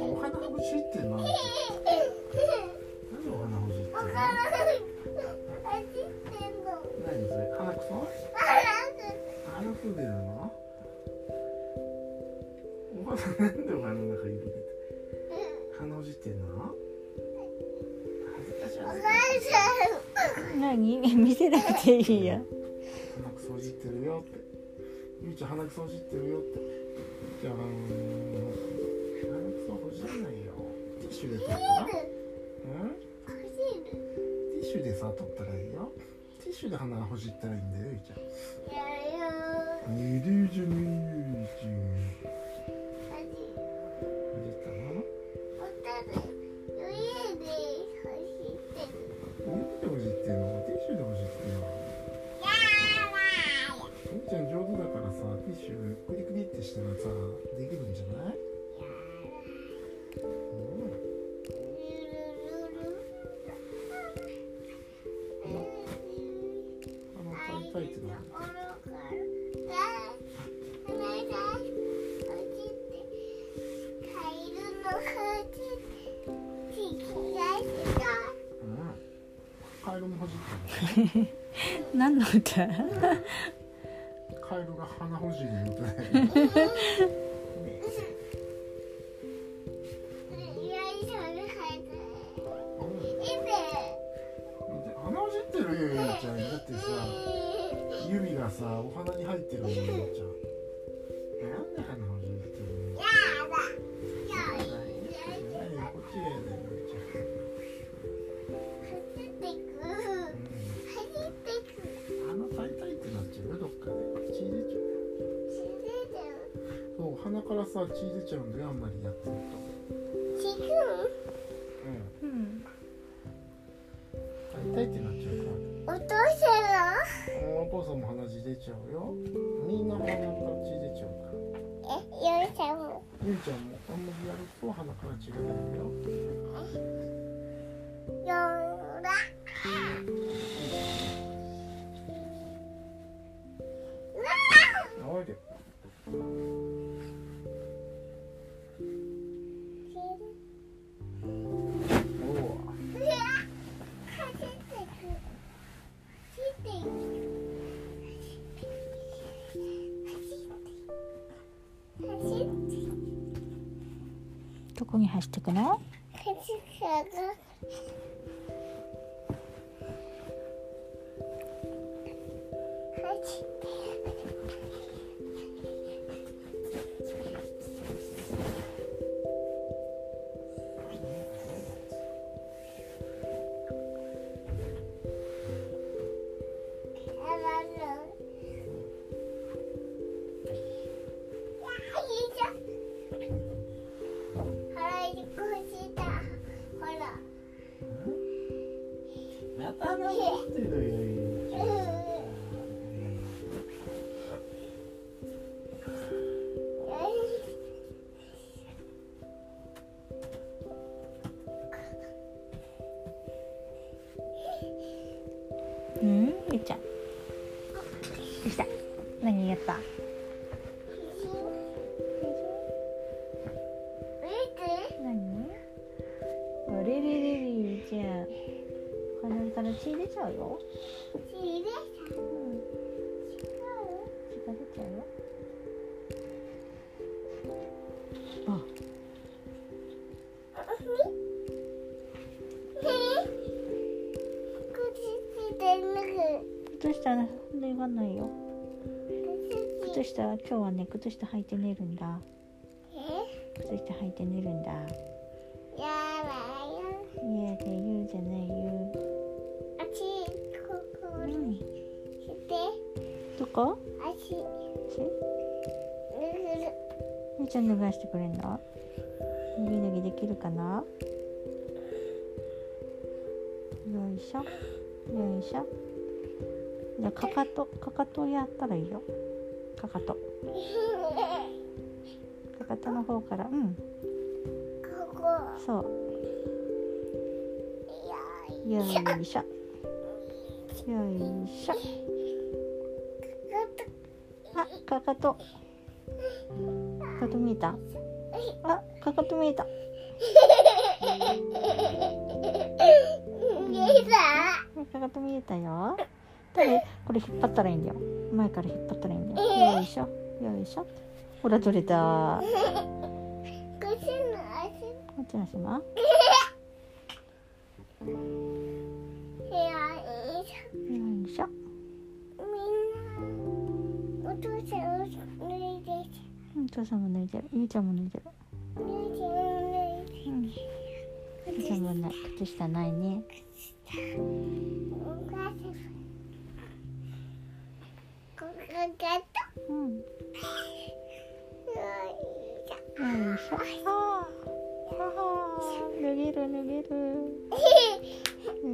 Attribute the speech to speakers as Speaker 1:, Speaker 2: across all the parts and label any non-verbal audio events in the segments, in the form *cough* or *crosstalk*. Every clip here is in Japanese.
Speaker 1: お花欲しいってなんでなんでお花欲しいって何それ鼻くそ鼻くそ出るのお花なんでお花の中いるの鼻欲しいってんの恥ずかしい恥ずかしい
Speaker 2: 何 *laughs* 見せなくていいよ
Speaker 1: 鼻くそいじってるよってゆうちゃん鼻くそいじってるよってじゃああのー鼻くそほじらないよティッシュで取ったらうんティッシュでさ取ったらいいよティッシュで鼻ほじったらいいんだよゆいちゃんゆるじゅみゆいちゃんほじったの指でほじってるのティッシュでほじってるのゆいちゃん上手だからさティッシュクリクリってしたらさできるんじゃないうん鼻たいたいってなうんカエルもほじってる
Speaker 2: 何の歌
Speaker 1: カエルが鼻ほじりみたいうん鼻ほじってるよゆいちゃんだってさ指がさお花に入ってるのゆいちゃんなんで鼻ほじってるの何こっちへだよゆいちゃん、うん、鼻たいたいってなっちゃうよどっかで血出ちゃうそう鼻からさ血出ちゃうんだよあんまりやってるとうん
Speaker 2: うん
Speaker 1: たいたいってなっちゃうから
Speaker 3: お父さ
Speaker 1: お父さんも鼻血出ちゃうよみんな鼻から血出ちゃうから
Speaker 3: んはえ、よいさんも
Speaker 1: ゆいちゃんもあんまりやると鼻から血が出るよ
Speaker 3: よら
Speaker 1: おいでおお
Speaker 2: どこに走ってくの
Speaker 1: また鼻持ってるよゆいちゃん
Speaker 2: うんゆいちゃんどうした何やった何あれれれれゆいちゃん鼻から血出ちゃうよ血が出ちゃうよあ靴下脱がないよ靴下今日はね靴下履いて寝るんだ靴下履いて寝るんだ家で言うじゃないよどこちゆいちゃん脱がしてくれんの脱ぎ脱ぎできるかなよいしょよいしょじゃあかかとかかとやったらいいよかかとかかとの方からうんそうよいしょよいしょあかかとかかと見えたあかかと見えたかかと見えたよ誰これ引っ張ったらいいんだよ前から引っ張ったらいいんだよよいしょよいしょほら取れたこっちの島よいしょうんお父さんも抜いてるゆうちゃんも抜いてるうんゆうちゃんもない靴下ないねうんよいしょあーあー脱げる脱げる脱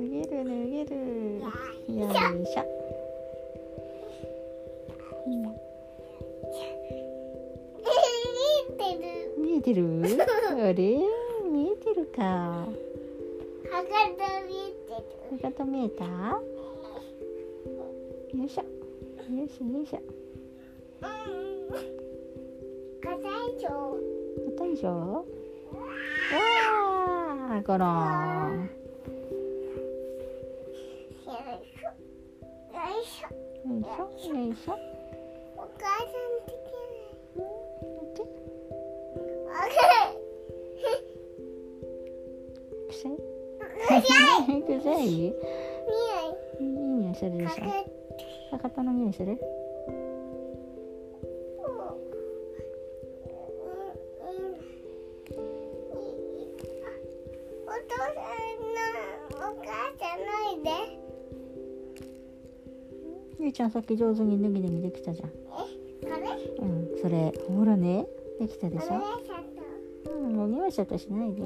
Speaker 2: げる脱げるよいしょうん見えて *laughs* るあれ見えてるかかかと見えたよいしょよいしょよいしょ硬いでしょわあゴロンよいしょよいしょ
Speaker 3: お母さん的な。
Speaker 2: 待って臭い臭いいい匂いするでしょかかとの匂いするゆいちゃんさっき上手に脱ぎ脱ぎできたじゃんうんそれほらねできたでしょうんもう匂いしちゃったりしないで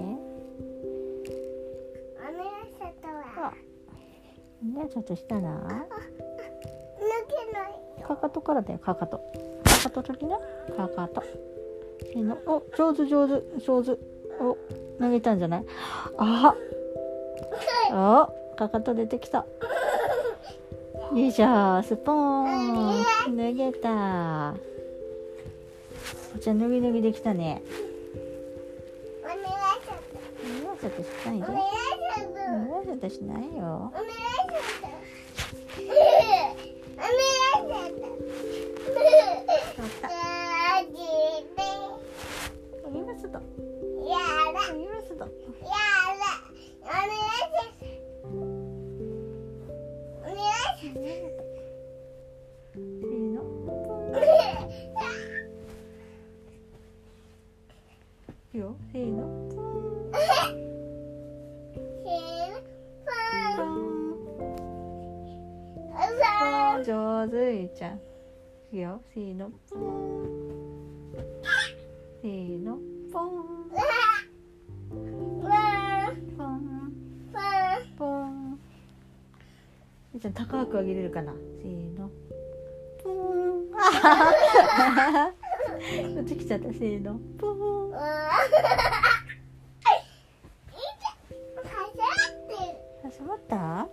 Speaker 2: あ匂いちょっとしたらかかとからだよかかとかかと時なかかとせーのお上手上手上手お投げたんじゃないああかかと出てきたよいしょスポーン脱げたお茶脱ぎ脱ぎできたね匂いちょっとしたいで匂いちょっとしないよお見ますとお見ますとせーのいくよせーのポンポン上手ゆいちゃんいくよせーのポンせーのポンポンポンゆいちゃん高く上げれるかなせーのポン *laughs* あはは落ちきちゃったせーのポンあしまった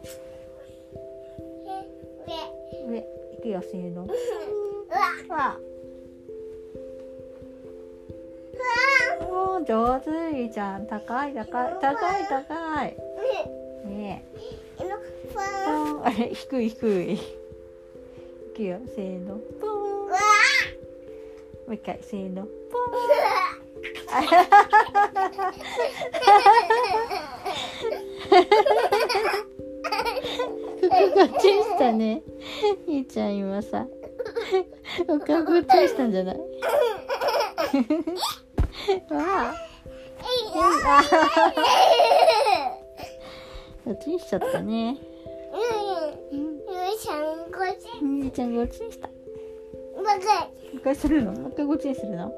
Speaker 2: 上いくよせーのわおー上手ゆいちゃん高い高い高い高いねえポンあれ低い低いいくよせーのポンもう一回せー *laughs* のポ
Speaker 3: *laughs*
Speaker 2: ン服がチンしたねゆいちゃん今さおかんごチンしたんじゃないわあチンしちゃったねゆいちゃんごチンした一回するのもう一回ごチンするの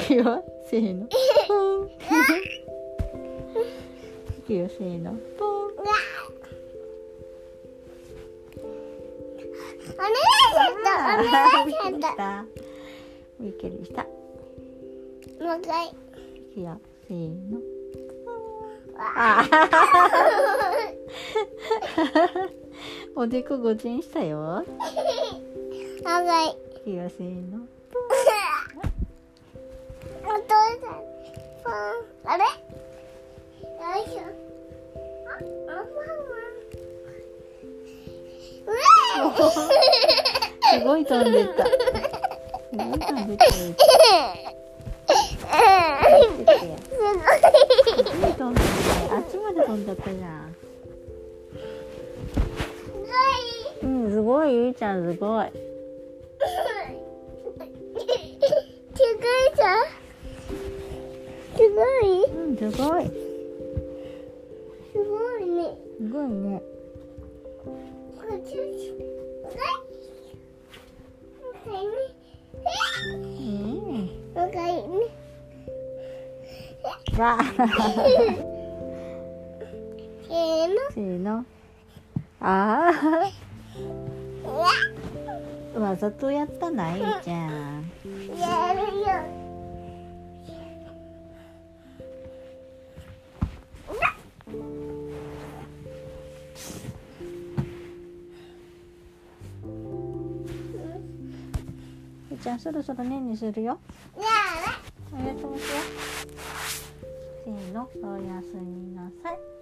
Speaker 2: いくよせーのポンいくよせーのポンた。びっくりした。
Speaker 3: *laughs*
Speaker 2: いくよ、せーの。あお
Speaker 3: *laughs*
Speaker 2: でこごちんしたよ。いくよ、せーの。
Speaker 3: Yeah. *laughs*
Speaker 2: い飛んでった。すごい飛んでったよ。飛んでったよすごい飛んでったよ。あっちまで飛んじゃったじゃん。うん、すごい、ゆいちゃん、すごい。
Speaker 3: すごい
Speaker 2: うん、すごい。す
Speaker 3: すごいね。
Speaker 2: ごいね。
Speaker 3: こっちこっちこっちね
Speaker 2: うん。
Speaker 3: おかえりね。
Speaker 2: わあ。
Speaker 3: せーの。
Speaker 2: せーの。ああ。
Speaker 3: うわ
Speaker 2: わざとやったな、ゆいちゃん。
Speaker 3: やるよ。
Speaker 2: ゆいちゃん、そろそろねんねするよ。
Speaker 3: やら。
Speaker 2: おやすみしよう。せーの、おやすみなさい。